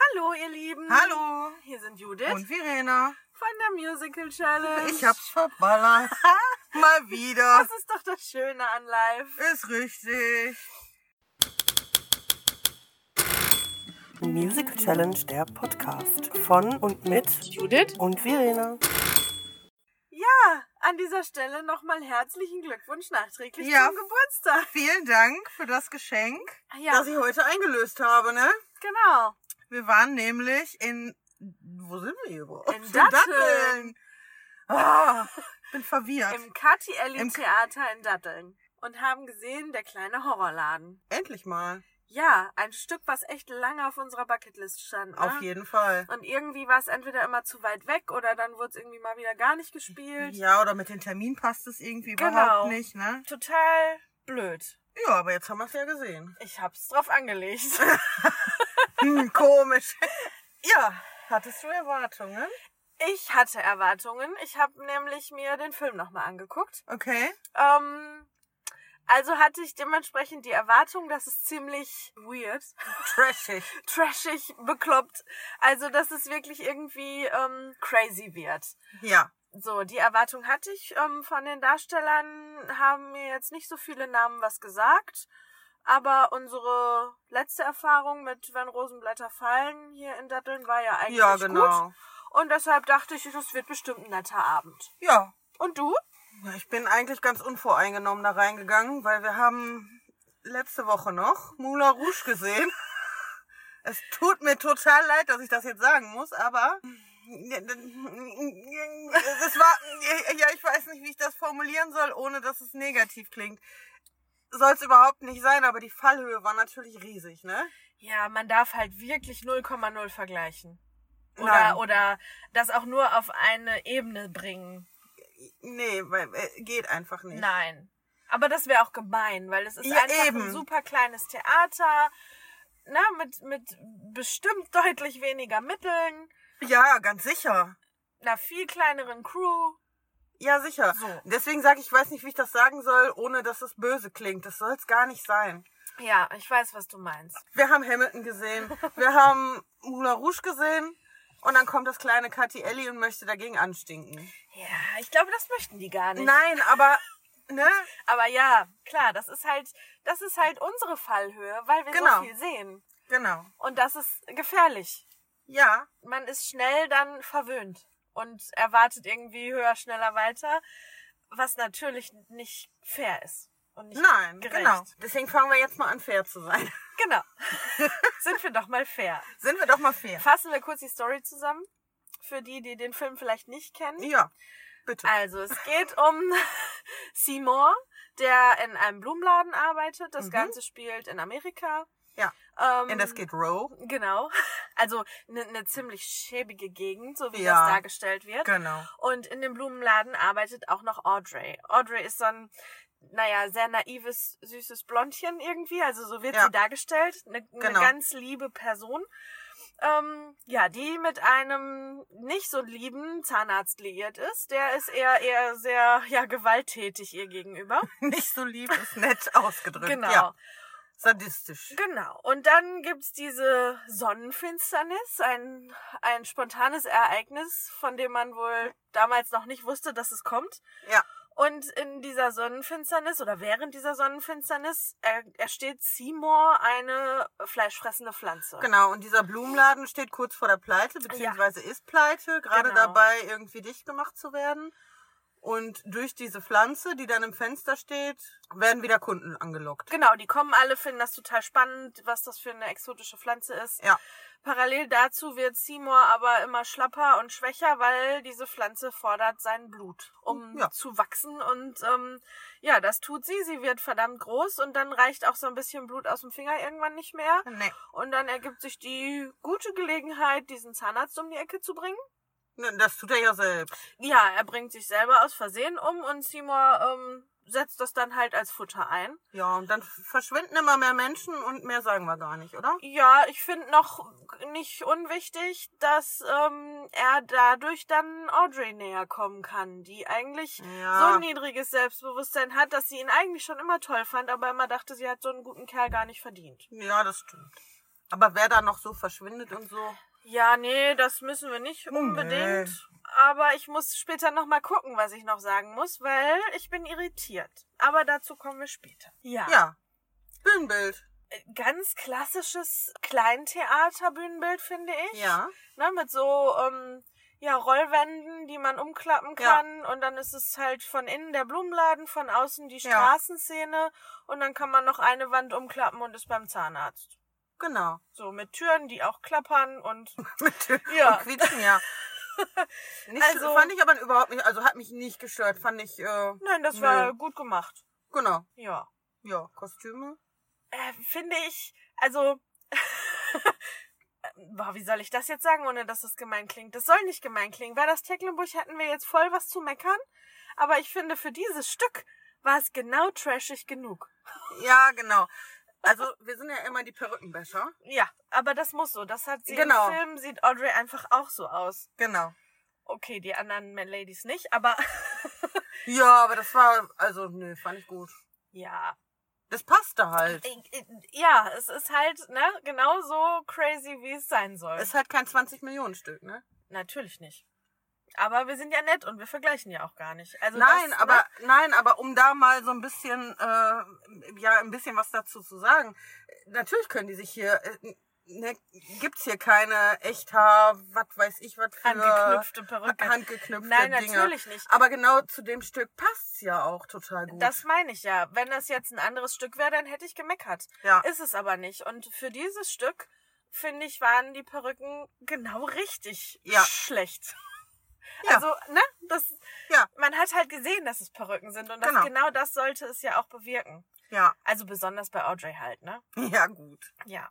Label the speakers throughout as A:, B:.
A: Hallo, ihr Lieben.
B: Hallo.
A: Hier sind Judith
B: Und Verena.
A: von der Musical Challenge.
B: Ich hab's verballert. Mal wieder.
A: Das ist doch das Schöne an Live.
B: Ist richtig.
C: Musical Challenge, der Podcast von und mit
A: Judith?
C: und Verena.
A: Ja, an dieser Stelle nochmal herzlichen Glückwunsch nachträglich
B: Ja.
A: zum Geburtstag. Ah,
B: Vielen Dank für das Geschenk,
A: Ja.
B: das ich heute eingelöst habe, ne?
A: Genau.
B: Wir waren nämlich in. Wo sind wir überhaupt?
A: In Datteln.
B: Ah, bin verwirrt.
A: Im Kati Elli
B: Im-
A: Theater in Datteln. Und haben gesehen, der kleine Horrorladen.
B: Endlich mal.
A: Ja, ein Stück, was echt lange auf unserer Bucketlist stand. Ne?
B: Auf jeden Fall.
A: Und irgendwie war es entweder immer zu weit weg oder dann wurde es irgendwie mal wieder gar nicht gespielt.
B: Ja, oder mit dem Termin passt es irgendwie
A: Genau.
B: überhaupt nicht, ne?
A: Total blöd.
B: Ja, aber jetzt haben wir es ja gesehen.
A: Ich hab's drauf angelegt.
B: Hm, komisch. ja, hattest du Erwartungen?
A: Ich hatte Erwartungen. Ich habe nämlich mir den Film nochmal angeguckt.
B: Okay.
A: Ähm, also hatte ich dementsprechend die Erwartung, dass es ziemlich weird,
B: Trashig.
A: trashig, bekloppt, also dass es wirklich irgendwie ähm, crazy wird.
B: Ja.
A: So, die Erwartung hatte ich. Ähm, von den Darstellern haben mir jetzt nicht so viele Namen was gesagt. Aber unsere letzte Erfahrung mit Wenn Rosenblätter fallen hier in Datteln war ja eigentlich
B: Ja,
A: gut.
B: genau.
A: Und deshalb dachte ich, es wird bestimmt ein netter Abend.
B: Ja.
A: Und du?
B: Ich bin eigentlich ganz unvoreingenommen da reingegangen, weil wir haben letzte Woche noch Moulin Rouge gesehen. Es tut mir total leid, dass ich das jetzt sagen muss, aber es war, ja, ich weiß nicht, wie ich das formulieren soll, ohne dass es negativ klingt. Soll es überhaupt nicht sein, aber die Fallhöhe war natürlich riesig, ne?
A: Ja, man darf halt wirklich 0,0 vergleichen. Oder,
B: Nein.
A: oder das auch nur auf eine Ebene bringen.
B: Nee, weil, äh, geht einfach nicht.
A: Nein. Aber das wäre auch gemein, weil es ist
B: Ja,
A: einfach ein
B: eben.
A: super kleines Theater. Na, mit, mit bestimmt deutlich weniger Mitteln,
B: Ja, ganz sicher.
A: einer viel kleineren Crew.
B: Ja, sicher.
A: So.
B: Deswegen sage ich, ich weiß nicht, wie ich das sagen soll, ohne dass es böse klingt. Das soll es gar nicht sein.
A: Ja, ich weiß, was du meinst.
B: Wir haben Hamilton gesehen, wir haben Moulin Rouge gesehen und dann kommt das kleine Katy Ellie und möchte dagegen anstinken.
A: Ja, ich glaube, das möchten die gar nicht.
B: Nein, aber, ne?
A: Aber ja, klar, das ist halt, das ist halt unsere Fallhöhe, weil wir
B: Genau.
A: so viel sehen.
B: Genau.
A: Und das ist gefährlich.
B: Ja,
A: man ist schnell dann verwöhnt und erwartet irgendwie höher, schneller weiter, was natürlich nicht fair ist. Und nicht
B: nein,
A: gerecht.
B: genau. Deswegen fangen wir jetzt mal an, fair zu sein.
A: Genau. Sind wir doch mal fair.
B: Sind wir doch mal fair.
A: Fassen wir kurz die Story zusammen. Für die, die den Film vielleicht nicht kennen.
B: Ja, bitte.
A: Also, es geht um Seymour, der in einem Blumenladen arbeitet. Das
B: Mhm.
A: Ganze spielt in Amerika.
B: Ja.
A: Ähm,
B: In das geht Row.
A: Genau. Also, eine ne ziemlich schäbige Gegend, so wie
B: Ja.
A: das dargestellt wird.
B: Genau.
A: Und in dem Blumenladen arbeitet auch noch Audrey. Audrey ist so ein, naja, sehr naives, süßes Blondchen irgendwie. Also so wird
B: Ja.
A: sie dargestellt. Eine, eine
B: Genau.
A: ganz liebe Person. Ähm, ja, die mit einem nicht so lieben Zahnarzt liiert ist. Der ist eher, eher sehr, ja, gewalttätig ihr gegenüber.
B: Nicht so lieb, ist nett ausgedrückt.
A: genau.
B: Ja, sadistisch.
A: Genau. Und dann gibt's diese Sonnenfinsternis, ein, ein spontanes Ereignis, von dem man wohl damals noch nicht wusste, dass es kommt.
B: Ja.
A: Und in dieser Sonnenfinsternis oder während dieser Sonnenfinsternis er, ersteht Seymour eine fleischfressende Pflanze.
B: Genau, und dieser Blumenladen steht kurz vor der Pleite, beziehungsweise ist pleite, gerade
A: Genau.
B: dabei, irgendwie dicht gemacht zu werden. Und durch diese Pflanze, die dann im Fenster steht, werden wieder Kunden angelockt.
A: Genau, die kommen alle, finden das total spannend, was das für eine exotische Pflanze ist.
B: Ja.
A: Parallel dazu wird Seymour aber immer schlapper und schwächer, weil diese Pflanze fordert sein Blut, um
B: Ja.
A: zu wachsen. Und ähm, ja, das tut sie. Sie wird verdammt groß und dann reicht auch so ein bisschen Blut aus dem Finger irgendwann nicht mehr.
B: Nee,
A: Und dann ergibt sich die gute Gelegenheit, diesen Zahnarzt um die Ecke zu bringen.
B: ne, das tut er ja selbst.
A: Ja, er bringt sich selber aus Versehen um und Seymour ähm, setzt das dann halt als Futter ein.
B: Ja, und dann verschwinden immer mehr Menschen und mehr sagen wir gar nicht, oder?
A: Ja, ich finde noch nicht unwichtig, dass ähm, er dadurch dann Audrey näher kommen kann, die eigentlich
B: Ja.
A: so ein niedriges Selbstbewusstsein hat, dass sie ihn eigentlich schon immer toll fand, aber immer dachte, sie hat so einen guten Kerl gar nicht verdient.
B: Ja, das stimmt. Aber wer da noch so verschwindet und so.
A: Ja, nee, das müssen wir nicht unbedingt. Aber ich muss später nochmal gucken, was ich noch sagen muss, weil ich bin irritiert. Aber dazu kommen wir später. Äh,
B: Ja. Bühnenbild.
A: Ganz klassisches Kleintheaterbühnenbild, finde ich.
B: Ja.
A: Ne, mit so ähm, ja, Rollwänden, die man umklappen
B: Ja.
A: kann. Und dann ist es halt von innen der Blumenladen, von außen die
B: Ja.
A: Straßenszene. Und dann kann man noch eine Wand umklappen und ist beim Zahnarzt.
B: Genau.
A: So mit Türen, die auch klappern und
B: Mit
A: Ja.
B: ja. und quietschen, ja. Nicht,
A: Also-
B: also, fand ich aber überhaupt nicht, also hat mich nicht gestört. Fand ich, äh,
A: nein, das
B: Nö.
A: war gut gemacht.
B: genau.
A: Ja.
B: Ja, Kostüme.
A: Äh, finde ich, also ähm, boah, wie soll ich das jetzt sagen, ohne dass das gemein klingt? Das soll nicht gemein klingen. Wäre das Tecklenburg, hätten wir jetzt voll was zu meckern. Aber ich finde, für dieses Stück war es genau trashig genug.
B: Ja, genau. Also, wir sind ja immer die Perückenbäscher.
A: Ja, aber das muss so. Das hat sie
B: Genau.
A: im Film, sieht Audrey einfach auch so aus.
B: Genau.
A: Okay, die anderen Ladies nicht, aber
B: Ja, aber das war, also, nö, fand ich gut.
A: ja.
B: Das passte halt.
A: Ja, es ist halt, ne, genau so crazy, wie es sein soll.
B: Ist halt kein 20-Millionen-Stück, ne?
A: Natürlich nicht. Aber wir sind ja nett und wir vergleichen ja auch gar nicht. Also
B: nein,
A: das,
B: aber
A: Ne?
B: nein, aber um da mal so ein bisschen, äh, ja, ein bisschen was dazu zu sagen. Natürlich können die sich hier, äh, ne, gibt's hier keine Echthaar, was weiß ich, was für
A: Handgeknüpfte Perücke.
B: handgeknüpfte
A: Nein,
B: Dinge.
A: natürlich nicht.
B: Aber genau zu dem Stück passt's ja auch total gut.
A: Das meine ich ja. Wenn das jetzt ein anderes Stück wäre, dann hätte ich gemeckert.
B: Ja.
A: Ist es aber nicht. Und für dieses Stück, finde ich, waren die Perücken genau richtig
B: Ja.
A: schlecht.
B: Ja.
A: Also, ne? Das,
B: ja,
A: man hat halt gesehen, dass es Perücken sind. Und das,
B: Genau.
A: genau das sollte es ja auch bewirken.
B: ja,
A: Also besonders bei Audrey halt, ne?
B: ja gut.
A: Ja.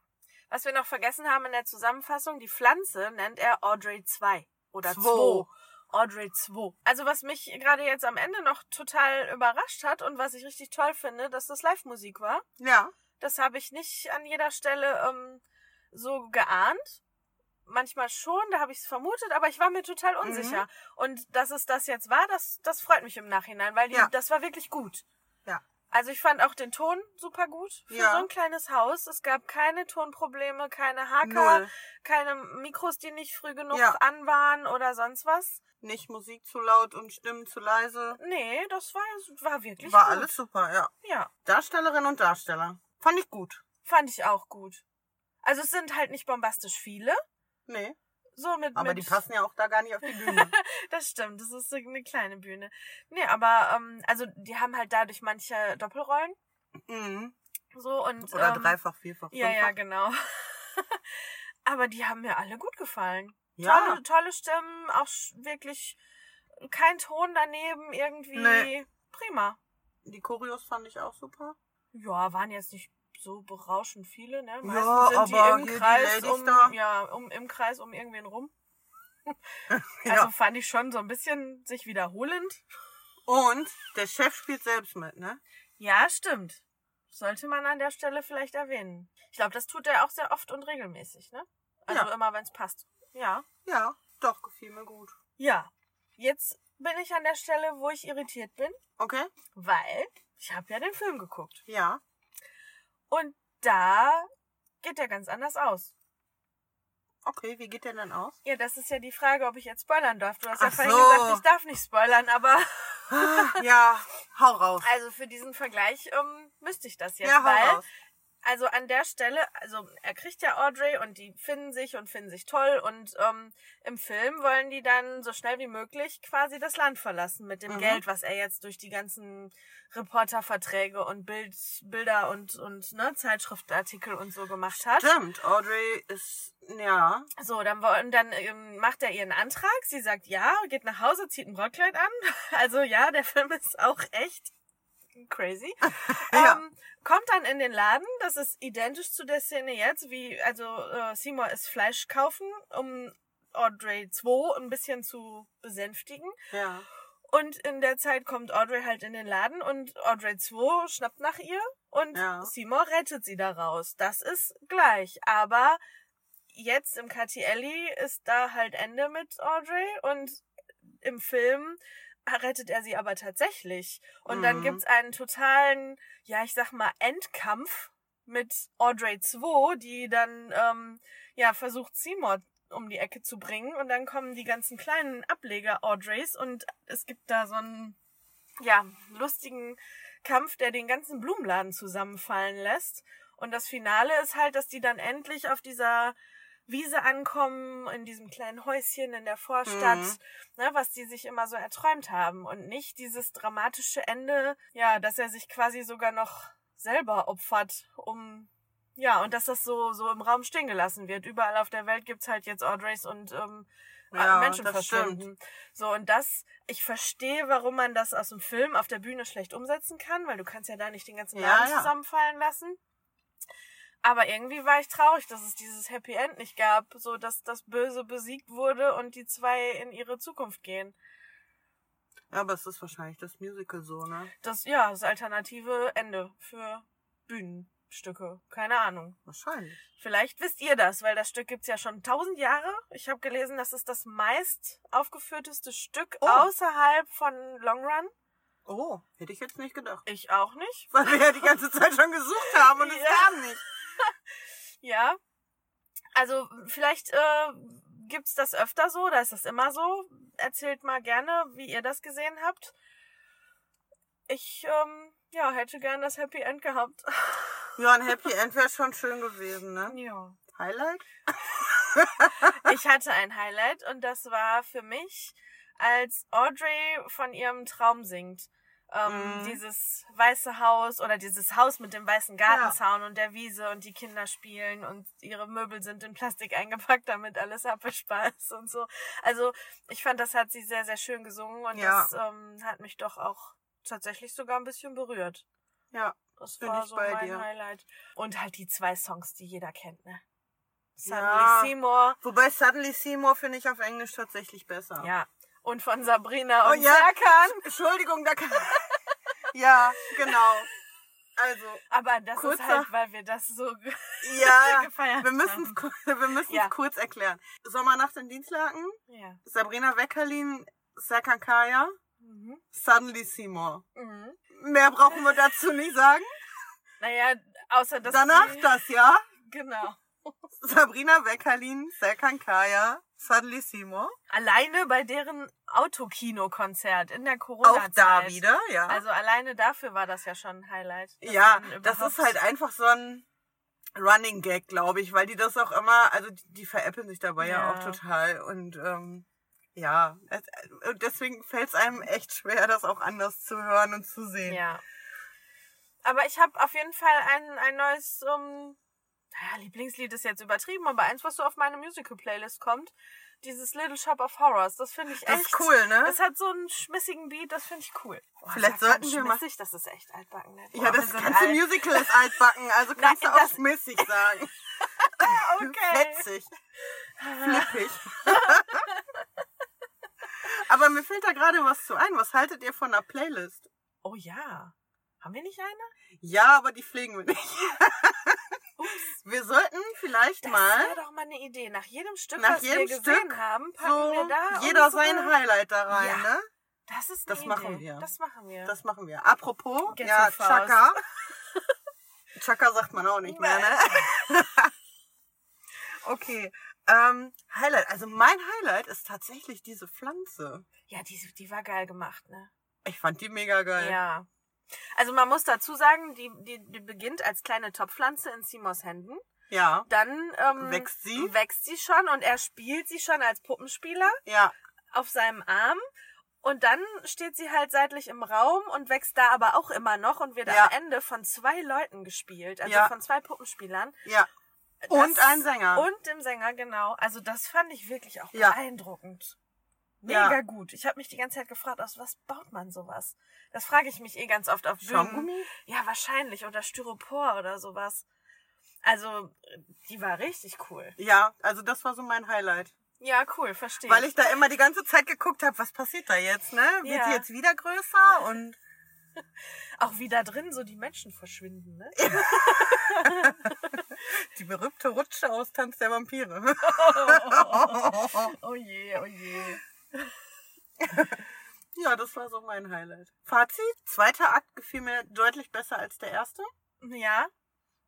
A: Was wir noch vergessen haben in der Zusammenfassung, die Pflanze nennt er Audrey 2 oder
B: Zwo.
A: 2. Audrey 2. Also was mich gerade jetzt am Ende noch total überrascht hat und was ich richtig toll finde, dass das Live-Musik war.
B: Ja,
A: Das habe ich nicht an jeder Stelle ähm, so geahnt. Manchmal schon, da habe ich es vermutet, aber ich war mir
B: Mhm.
A: total unsicher. Und dass es das jetzt war, das, das freut mich im Nachhinein, weil die,
B: Ja.
A: das war wirklich gut.
B: Ja.
A: Also ich fand auch den Ton super gut für
B: Ja.
A: so ein kleines Haus. Es gab keine Tonprobleme, keine Hacker,
B: null.
A: keine Mikros, die nicht früh genug
B: Ja.
A: an waren oder sonst was.
B: Nicht Musik zu laut und Stimmen zu leise.
A: Nee, das war, war wirklich
B: War
A: gut.
B: alles super, ja.
A: Ja.
B: Darstellerin und Darsteller. Fand ich gut.
A: Fand ich auch gut. Also es sind halt nicht bombastisch viele.
B: Nee.
A: So mit,
B: Aber
A: mit
B: die passen ja auch da gar nicht auf die Bühne.
A: Das stimmt, das ist so eine kleine Bühne. Nee, aber ähm, also die haben halt dadurch manche Doppelrollen
B: mhm.
A: so und
B: Oder
A: ähm,
B: dreifach, vierfach,
A: Ja, ja,
B: fünffach.
A: genau. aber die haben mir alle gut gefallen.
B: Ja,
A: Tolle, tolle Stimmen, auch sch- wirklich kein Ton daneben irgendwie.
B: Nee.
A: Prima.
B: die Choreos fand ich auch super.
A: Ja, waren jetzt nicht so berauschend viele, ne?
B: Ja, aber hier die Ladies
A: um,
B: da.
A: ja, um im Kreis um irgendwen rum. Also fand ich schon so ein bisschen sich wiederholend.
B: Und der Chef spielt selbst mit, ne?
A: Ja, stimmt. Sollte man an der Stelle vielleicht erwähnen. Ich glaube, das tut er auch sehr oft und regelmäßig, ne? Also
B: Ja.
A: immer, wenn es passt. Ja.
B: Ja, doch, gefiel mir gut.
A: Ja. Jetzt bin ich an der Stelle, wo ich irritiert bin,
B: Okay?
A: weil ich habe ja den Film geguckt.
B: Ja.
A: Und da geht der ganz anders aus.
B: Okay, wie geht der denn aus?
A: Ja, das ist ja die Frage, ob ich jetzt spoilern darf. Du hast ja
B: Ach
A: vorhin
B: so.
A: gesagt, ich darf nicht spoilern, aber
B: ja, hau raus.
A: also für diesen Vergleich ähm, müsste ich das jetzt,
B: ja, hau
A: weil
B: raus.
A: also an der Stelle, also er kriegt ja Audrey und die finden sich und finden sich toll und ähm, im Film wollen die dann so schnell wie möglich quasi das Land verlassen mit dem
B: Mhm.
A: Geld, was er jetzt durch die ganzen Reporterverträge und Bild, Bilder und, und ne, Zeitschriftartikel und so gemacht hat.
B: Stimmt, Audrey ist, ja,
A: So, dann, wollen- dann ähm, macht er ihren Antrag. Sie sagt ja, geht nach Hause, zieht ein Brockkleid an. Also ja, der Film ist auch echt crazy.
B: Ja.
A: ähm, kommt dann in den Laden. Das ist identisch zu der Szene jetzt, wie also äh, Seymour ist Fleisch kaufen, um Audrey 2 ein bisschen zu besänftigen.
B: ja.
A: Und in der Zeit kommt Audrey halt in den Laden und Audrey 2 schnappt nach ihr und
B: Ja.
A: Seymour rettet sie daraus. Das ist gleich. Aber jetzt im Catielli ist da halt Ende mit Audrey und im Film rettet er sie aber tatsächlich. Und dann
B: Mhm.
A: gibt's einen totalen, ja, ich sag mal, Endkampf mit Audrey 2, die dann ähm, ja versucht, Seymour um die Ecke zu bringen. Und dann kommen die ganzen kleinen Ableger Audreys und es gibt da so einen ja, lustigen Kampf, der den ganzen Blumenladen zusammenfallen lässt. Und das Finale ist halt, dass die dann endlich auf dieser Wiese ankommen, in diesem kleinen Häuschen in der Vorstadt,
B: Mhm.
A: ne, was die sich immer so erträumt haben und nicht dieses dramatische Ende, ja, dass er sich quasi sogar noch selber opfert, um ja, und dass das so, so im Raum stehen gelassen wird. Überall auf der Welt gibt's halt jetzt Audreys und ähm,
B: Ja,
A: Menschen
B: das stimmt.
A: verschwinden. So, und das, ich verstehe, warum man das aus dem Film auf der Bühne schlecht umsetzen kann, weil du kannst ja da nicht den ganzen
B: Ja,
A: Laden
B: ja.
A: zusammenfallen lassen. Aber irgendwie war ich traurig, dass es dieses Happy End nicht gab, so dass das Böse besiegt wurde und die zwei in ihre Zukunft gehen.
B: Ja, aber es ist wahrscheinlich das Musical so, ne?
A: Das, ja, das alternative Ende für Bühnenstücke. Keine Ahnung.
B: Wahrscheinlich.
A: Vielleicht wisst ihr das, weil das Stück gibt's ja schon tausend Jahre. Ich habe gelesen, das ist das meist aufgeführteste Stück
B: Oh.
A: außerhalb von Long Run.
B: Oh, hätte ich jetzt nicht gedacht.
A: Ich auch nicht.
B: Weil wir ja die ganze Zeit schon gesucht haben und es
A: Ja.
B: kam nicht.
A: Ja. Also vielleicht äh, gibt's das öfter so, oder ist das immer so? Erzählt mal gerne, wie ihr das gesehen habt. Ich ähm, ja, hätte gern das Happy End gehabt.
B: Ja, ein Happy End wäre schon schön gewesen, ne?
A: Ja.
B: Highlight?
A: Ich hatte ein Highlight und das war für mich, als Audrey von ihrem Traum singt. Ähm,
B: Mhm.
A: Dieses weiße Haus oder dieses Haus mit dem weißen Gartenzaun und der Wiese und die Kinder spielen und ihre Möbel sind in Plastik eingepackt, damit alles abwischbar ist und so. Also ich fand, das hat sie sehr, sehr schön gesungen und
B: Ja.
A: das ähm, hat mich doch auch tatsächlich sogar ein bisschen berührt.
B: Ja.
A: Das
B: Bin
A: war
B: ich
A: so
B: bei
A: mein
B: dir.
A: Highlight. Und halt die zwei Songs, die jeder kennt, ne? Suddenly
B: Ja.
A: Seymour
B: Wobei Suddenly Seymour finde ich auf Englisch tatsächlich besser.
A: ja. Und von Sabrina
B: Oh
A: und
B: ja.
A: Serkan.
B: Entschuldigung, da kann. ja, genau. Also,
A: Aber das
B: Kurzer-
A: ist halt, weil wir das so ge-
B: ja.
A: gefeiert
B: Wir müssen
A: haben.
B: es wir müssen's
A: Ja.
B: kurz erklären. Sommernacht in Dienstlaken,
A: Ja.
B: Sabrina Weckerlin, Sakankaya,
A: Mhm.
B: Suddenly Seymour.
A: Mhm.
B: Mehr brauchen wir dazu nicht sagen.
A: Naja, außer dass
B: Danach
A: die-
B: das Jahr.
A: Genau.
B: Sabrina Weckerlin, Sekankaya, Suddenly Seymour.
A: Alleine bei deren Autokino-Konzert in der
B: Auch
A: Corona-Zeit.
B: da wieder, ja.
A: Also alleine dafür war das ja schon ein Highlight. dass
B: ja,
A: man
B: das
A: überhaupt-
B: ist halt einfach so ein Running Gag, glaube ich, weil die das auch immer, also die, die veräppeln sich dabei ja,
A: Ja.
B: auch total und ähm, ja, Es- äh, und deswegen fällt es einem echt schwer, das auch anders zu hören und zu sehen.
A: Ja. Aber ich habe auf jeden Fall ein, ein neues, ähm, naja, Lieblingslied ist jetzt übertrieben, aber eins, was so auf meine Musical-Playlist kommt. Dieses Little Shop of Horrors. Das finde ich
B: Das
A: echt.
B: ist cool, ne?
A: Das hat so einen schmissigen Beat, das finde ich cool. Oh,
B: Vielleicht
A: sag mal,
B: sollten wir mal-
A: Schmissig, das ist echt altbacken. Ne?
B: ja,
A: Boah,
B: das
A: wir sind
B: ganze
A: alt.
B: Musical ist altbacken, also kannst
A: Nein,
B: du auch
A: das-
B: schmissig sagen.
A: Okay.
B: Fetzig. Flippig. Aber mir fällt da gerade was zu ein. Was haltet ihr von einer Playlist?
A: Oh ja. Haben wir nicht eine?
B: Ja, aber die pflegen wir nicht. Wir sollten vielleicht
A: Das wäre
B: mal
A: doch mal eine Idee. Nach jedem Stück,
B: Nach
A: was
B: jedem
A: wir
B: Stück
A: gesehen haben, packen wir
B: so
A: da
B: jeder
A: unsere-
B: sein Highlight da rein,
A: Ja.
B: ne?
A: Das ist eine
B: Das machen
A: Idee.
B: wir.
A: Das machen wir.
B: Das machen wir. Apropos,
A: Get
B: ja,
A: your Faust.
B: Chaka. Chaka sagt man auch nicht mehr, ne? Okay. Ähm, Highlight. Also mein Highlight ist tatsächlich diese Pflanze.
A: ja, die, die war geil gemacht, ne?
B: Ich fand die mega geil.
A: Ja. Also man muss dazu sagen, die, die, die beginnt als kleine Topfpflanze in Simos Händen.
B: Ja.
A: Dann ähm,
B: Wächst sie?
A: wächst sie schon und er spielt sie schon als Puppenspieler
B: Ja.
A: auf seinem Arm. Und dann steht sie halt seitlich im Raum und wächst da aber auch immer noch und wird
B: Ja.
A: am Ende von zwei Leuten gespielt, also
B: Ja.
A: von zwei Puppenspielern.
B: Ja.
A: Das-
B: Und ein Sänger.
A: Und dem Sänger, genau. Also das fand ich wirklich auch
B: Ja.
A: beeindruckend. Mega
B: Ja.
A: gut. Ich habe mich die ganze Zeit gefragt, aus was baut man sowas? Das frage ich mich eh ganz oft auf Bühnen.
B: Schaumgummi?
A: Ja, wahrscheinlich. Oder Styropor oder sowas. Also, die war richtig cool.
B: Ja, also das war so mein Highlight.
A: Ja, cool, verstehe.
B: Weil ich da immer die ganze Zeit geguckt habe, was passiert da jetzt, ne? Wird
A: Ja.
B: die jetzt wieder größer? Und
A: Auch wie da drin so die Menschen verschwinden, ne?
B: die berühmte Rutsche aus Tanz der Vampire.
A: Oh je, oh je.
B: ja, das war so mein Highlight. Fazit, zweiter Akt gefiel mir deutlich besser als der erste.
A: Ja,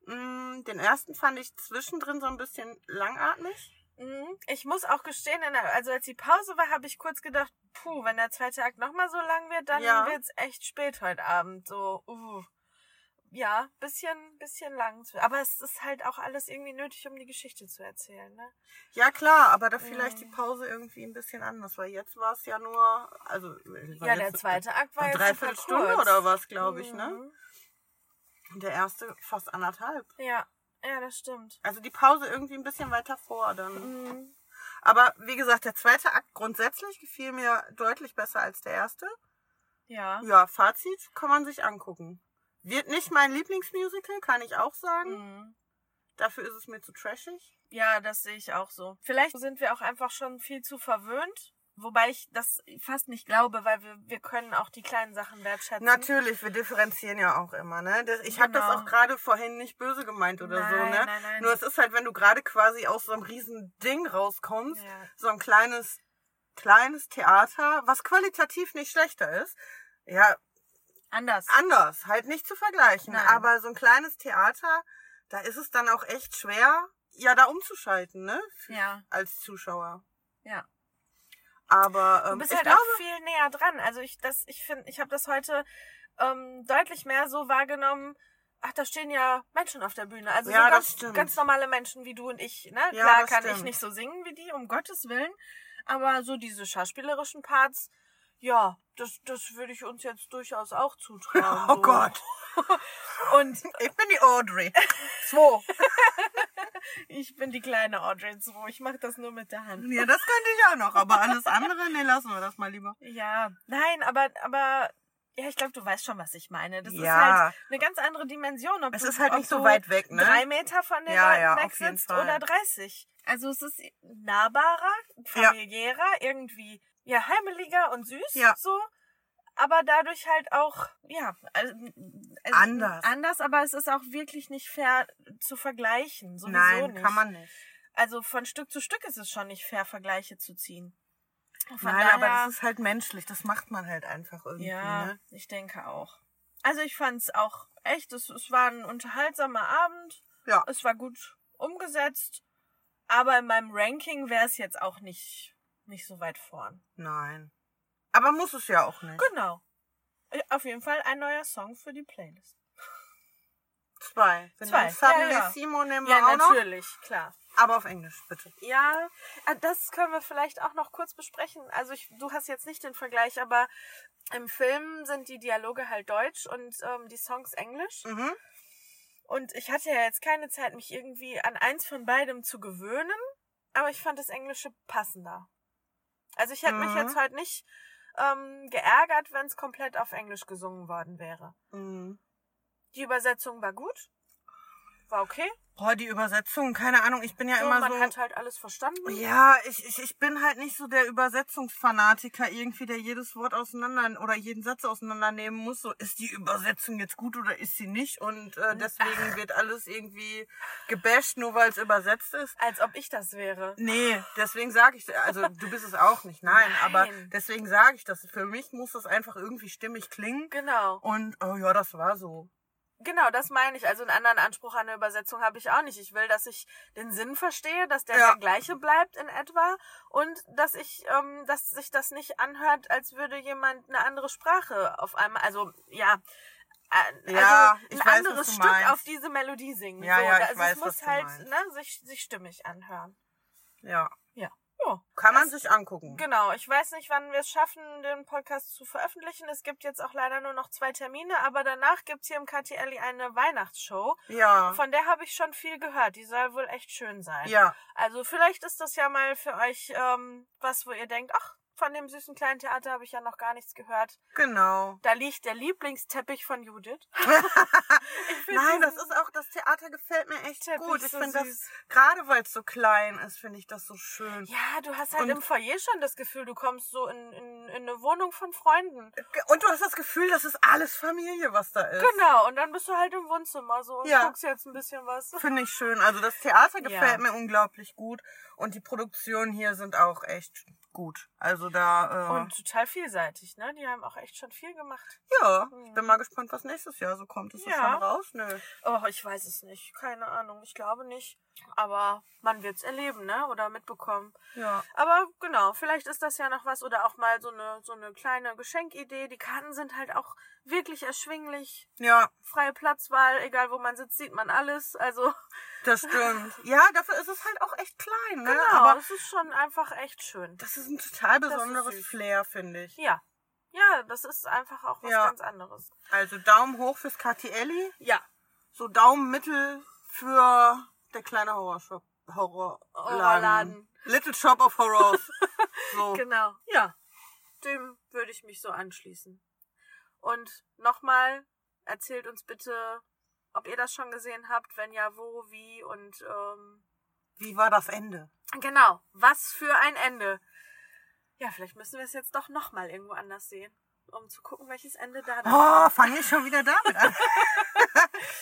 B: Mm, Den ersten fand ich zwischendrin so ein bisschen langatmig.
A: Mhm. Ich muss auch gestehen, in der, also als die Pause war, habe ich kurz gedacht, puh, wenn der zweite Tag nochmal so lang wird, dann
B: Ja.
A: wird's echt spät heute Abend. So, uh. Ja, bisschen, bisschen lang. zu- Aber es ist halt auch alles irgendwie nötig, um die Geschichte zu erzählen, ne?
B: Ja klar, aber da vielleicht
A: Ja.
B: die Pause irgendwie ein bisschen anders, weil jetzt war es ja nur, also war
A: Ja, der
B: jetzt-
A: zweite Akt war
B: war
A: jetzt
B: dreiviertel
A: super
B: Stunde
A: kurz.
B: oder was, glaube ich, ne?
A: Mhm.
B: Und Der erste fast anderthalb.
A: Ja, ja, das stimmt.
B: Also die Pause irgendwie ein bisschen weiter vor dann.
A: Mhm.
B: Aber wie gesagt, der zweite Akt grundsätzlich gefiel mir deutlich besser als der erste.
A: Ja.
B: Ja, Fazit kann man sich angucken. Wird nicht mein Lieblingsmusical, kann ich auch sagen.
A: Mhm.
B: Dafür ist es mir zu trashig.
A: Ja, das sehe ich auch so. Vielleicht sind wir auch einfach schon viel zu verwöhnt. Wobei ich das fast nicht glaube, weil wir, wir können auch die kleinen Sachen wertschätzen.
B: Natürlich, wir differenzieren ja auch immer, ne? Das, ich habe das
A: Genau.
B: auch gerade vorhin nicht böse gemeint oder so,
A: Nein,
B: ne?
A: nein, nein.
B: Nur es ist halt, wenn du gerade quasi aus so einem riesen Ding rauskommst,
A: Ja.
B: so ein kleines, kleines Theater, was qualitativ nicht schlechter ist. Ja,
A: Anders.
B: anders, halt nicht zu vergleichen.
A: Nein.
B: Aber so ein kleines Theater, da ist es dann auch echt schwer, ja, da umzuschalten, ne?
A: Ja,
B: Als Zuschauer.
A: ja.
B: Aber
A: Du
B: ähm,
A: bist
B: ich
A: halt
B: glaube,
A: auch viel näher dran. Also ich das, ich finde, ich habe das heute ähm, deutlich mehr so wahrgenommen. Ach, da stehen ja Menschen auf der Bühne. Also
B: Ja,
A: so
B: das
A: ganz,
B: stimmt.
A: ganz normale Menschen wie du und ich. Ne?
B: Ja,
A: Klar
B: das
A: kann ich
B: stimmt.
A: nicht so singen wie die, um Gottes Willen. Aber so diese schauspielerischen Parts, ja, das, das würde ich uns jetzt durchaus auch zutrauen.
B: oh
A: so.
B: Gott,
A: Und
B: ich bin die Audrey.
A: zwei. ich bin die kleine Audrey 2. Ich mache das nur mit der Hand.
B: Ja, das könnte ich auch noch, aber alles andere, nee, lassen wir das mal lieber.
A: Ja, nein, aber, aber ja, ich glaube, du weißt schon, was ich meine. Das ist
B: Ja.
A: halt eine ganz andere Dimension. Ob
B: Es
A: du,
B: ist halt
A: ob
B: nicht so
A: du
B: weit weg, ne?
A: Drei Meter von den
B: Ja,
A: Leuten
B: ja,
A: weg
B: auf jeden
A: sitzt
B: Fall.
A: oder 30. Also es ist nahbarer, familiärer, irgendwie ja heimeliger und süß
B: Ja.
A: so. Aber dadurch halt auch, ja, also, also
B: Anders.
A: Anders, aber es ist auch wirklich nicht fair zu vergleichen. Sowieso
B: Nein,
A: nicht.
B: kann man nicht.
A: Also von Stück zu Stück ist es schon nicht fair, Vergleiche zu ziehen. Von
B: Nein, aber
A: daher-
B: das ist halt menschlich, das macht man halt einfach irgendwie,
A: ja,
B: ne?
A: ich denke auch. Also ich fand es auch echt, es, es war ein unterhaltsamer Abend,
B: Ja.
A: es war gut umgesetzt, aber in meinem Ranking wäre es jetzt auch nicht, nicht so weit vorn.
B: Nein. Aber muss es ja auch nicht.
A: Genau. Äh, Auf jeden Fall ein neuer Song für die Playlist.
B: Zwei. Wenn
A: Zwei.
B: du Suddenly
A: Ja, ja.
B: Simo nehmen wir auch noch.
A: klar.
B: Aber auf Englisch, bitte.
A: Ja, äh, das können wir vielleicht auch noch kurz besprechen. Also ich, du hast jetzt nicht den Vergleich, aber im Film sind die Dialoge halt deutsch und ähm, die Songs englisch.
B: Mhm.
A: Und ich hatte ja jetzt keine Zeit, mich irgendwie an eins von beidem zu gewöhnen, aber ich fand das Englische passender. Also ich hätte mich
B: Mhm.
A: jetzt heute nicht ähm, geärgert, wenn es komplett auf Englisch gesungen worden wäre.
B: Mhm.
A: Die Übersetzung war gut, war okay.
B: Boah, die Übersetzung, keine Ahnung, ich bin ja
A: So,
B: immer
A: man
B: so.
A: hat halt alles verstanden.
B: Ja, ich, ich, ich bin halt nicht so der Übersetzungsfanatiker irgendwie, der jedes Wort auseinander oder jeden Satz auseinandernehmen muss. So, ist die Übersetzung jetzt gut oder ist sie nicht? Und
A: Mhm.
B: äh, deswegen wird alles irgendwie gebasht, nur weil es übersetzt ist.
A: Als ob ich das wäre.
B: Nee, deswegen sage ich, also du bist es auch nicht, nein, aber
A: Nein.
B: deswegen sage ich das. Für mich muss das einfach irgendwie stimmig klingen.
A: Genau.
B: Und, oh ja, das war so.
A: Genau, das meine ich. Also einen anderen Anspruch an eine Übersetzung habe ich auch nicht. Ich will, dass ich den Sinn verstehe, dass der
B: Ja.
A: der gleiche bleibt in etwa und dass ich, ähm, dass sich das nicht anhört, als würde jemand eine andere Sprache auf einmal, also ja, äh,
B: Ja,
A: also
B: ich
A: ein
B: weiß,
A: anderes
B: was du
A: Stück
B: meinst.
A: auf diese Melodie singen.
B: Ja,
A: so,
B: ja, ich
A: also
B: weiß,
A: es muss
B: was du
A: halt
B: meinst.
A: ne, sich, sich stimmig anhören.
B: Ja.
A: Ja. ja.
B: Kann man sich angucken.
A: Genau, ich weiß nicht, wann wir es schaffen, den Podcast zu veröffentlichen. Es gibt jetzt auch leider nur noch zwei Termine, aber danach gibt's hier im KTLI E eine Weihnachtsshow.
B: Ja.
A: Von der habe ich schon viel gehört. Die soll wohl echt schön sein.
B: ja.
A: Also vielleicht ist das ja mal für euch ähm, was, wo ihr denkt, ach, von dem süßen kleinen Theater habe ich ja noch gar nichts gehört.
B: Genau.
A: Da liegt der Lieblingsteppich von Judith. Ich find
B: Nein, das
A: diesen
B: ist auch, das Theater gefällt mir echt
A: Teppich
B: gut. Ich
A: so
B: finde das,
A: süß.
B: gerade weil es so klein ist, finde ich das so schön.
A: Ja, du hast halt
B: Und-
A: im Foyer schon das Gefühl, du kommst so in, in, in eine Wohnung von Freunden.
B: Und du hast das Gefühl, das ist alles Familie, was da ist.
A: Genau, und dann bist du halt im Wohnzimmer so und
B: Ja.
A: guckst jetzt ein bisschen was.
B: Finde ich schön. Also das Theater
A: Ja.
B: gefällt mir unglaublich gut und die Produktionen hier sind auch echt gut. Also da, äh,
A: Und total vielseitig, ne? Die haben auch echt schon viel gemacht.
B: ja, ich bin mal gespannt, was nächstes Jahr so kommt. Ist das
A: Ja.
B: schon raus? Nö.
A: Oh, ich weiß es nicht. Keine Ahnung. Ich glaube nicht. Aber man wird's erleben, ne? Oder mitbekommen.
B: Ja.
A: Aber genau, vielleicht ist das ja noch was oder auch mal so eine, so eine kleine Geschenkidee. Die Karten sind halt auch wirklich erschwinglich.
B: Ja,
A: Freie Platzwahl, egal wo man sitzt, sieht man alles. Also
B: das stimmt. Ja, dafür ist es halt auch echt klein, ne?
A: genau,
B: Aber
A: es ist schon einfach echt schön.
B: das ist ein total
A: Das ist
B: besonderes
A: süß.
B: Flair, finde ich.
A: Ja. Ja, das ist einfach auch was
B: Ja.
A: ganz anderes.
B: Also Daumen hoch fürs KTLi,
A: Ja.
B: so Daumen mittel für der kleine Horrorshop. Horror
A: Horrorladen.
B: Little Shop of Horrors. so.
A: Genau. Ja. Dem würde ich mich so anschließen. Und nochmal, erzählt uns bitte, ob ihr das schon gesehen habt, wenn ja, wo, wie und ähm,
B: Wie war das Ende?
A: Genau, was für ein Ende. Ja, vielleicht müssen wir es jetzt doch nochmal irgendwo anders sehen, um zu gucken, welches Ende da dann
B: Oh, fangen wir schon wieder damit an.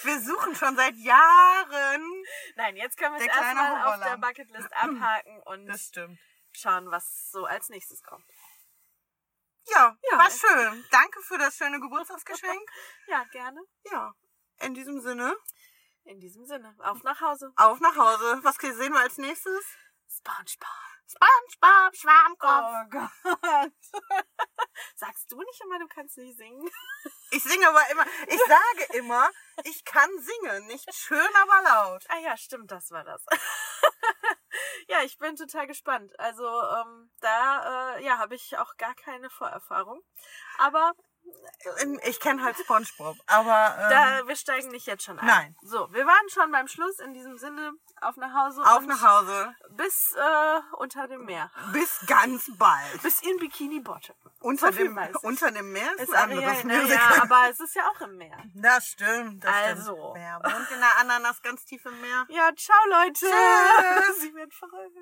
B: wir suchen schon seit Jahren.
A: Nein, jetzt können wir
B: Der
A: es
B: kleine
A: erstmal auf der
B: Horrorladen.
A: Bucketlist abhaken und
B: stimmt.
A: schauen, was so als nächstes kommt.
B: Ja,
A: Ja.
B: war schön. Danke für das schöne Geburtstagsgeschenk.
A: Ja, gerne.
B: Ja, in diesem Sinne,
A: In diesem Sinne, auf nach Hause.
B: auf nach Hause. Was sehen wir als nächstes?
A: SpongeBob.
B: SpongeBob Schwarmkopf.
A: Gott. Sagst du nicht immer, du kannst nicht singen?
B: Ich singe aber immer, ich sage immer, ich kann singen. Nicht schön, aber laut.
A: Ah ja, stimmt, das war das. ja, ich bin total gespannt. Also ähm, da äh, ja, habe ich auch gar keine Vorerfahrung. Aber
B: Ich kenne halt SpongeBob, aber ähm,
A: da, wir steigen nicht jetzt schon ein.
B: nein.
A: So, wir waren schon beim Schluss. In diesem Sinne, auf nach Hause.
B: auf
A: und
B: nach Hause.
A: Bis äh, unter dem Meer.
B: Bis ganz bald.
A: Bis in Bikini Bottom.
B: Unter,
A: viel
B: dem,
A: weiß ich.
B: unter dem Meer ist,
A: Ist
B: ein anderes
A: Ariel, ne?
B: Musical.
A: Ja, aber es ist ja auch im Meer.
B: Das stimmt, das
A: Also.
B: stimmt. Wer wohnt in der Ananas ganz tief im Meer?
A: Ja, ciao Leute.
B: Tschüss.
A: Sie werden verrückt.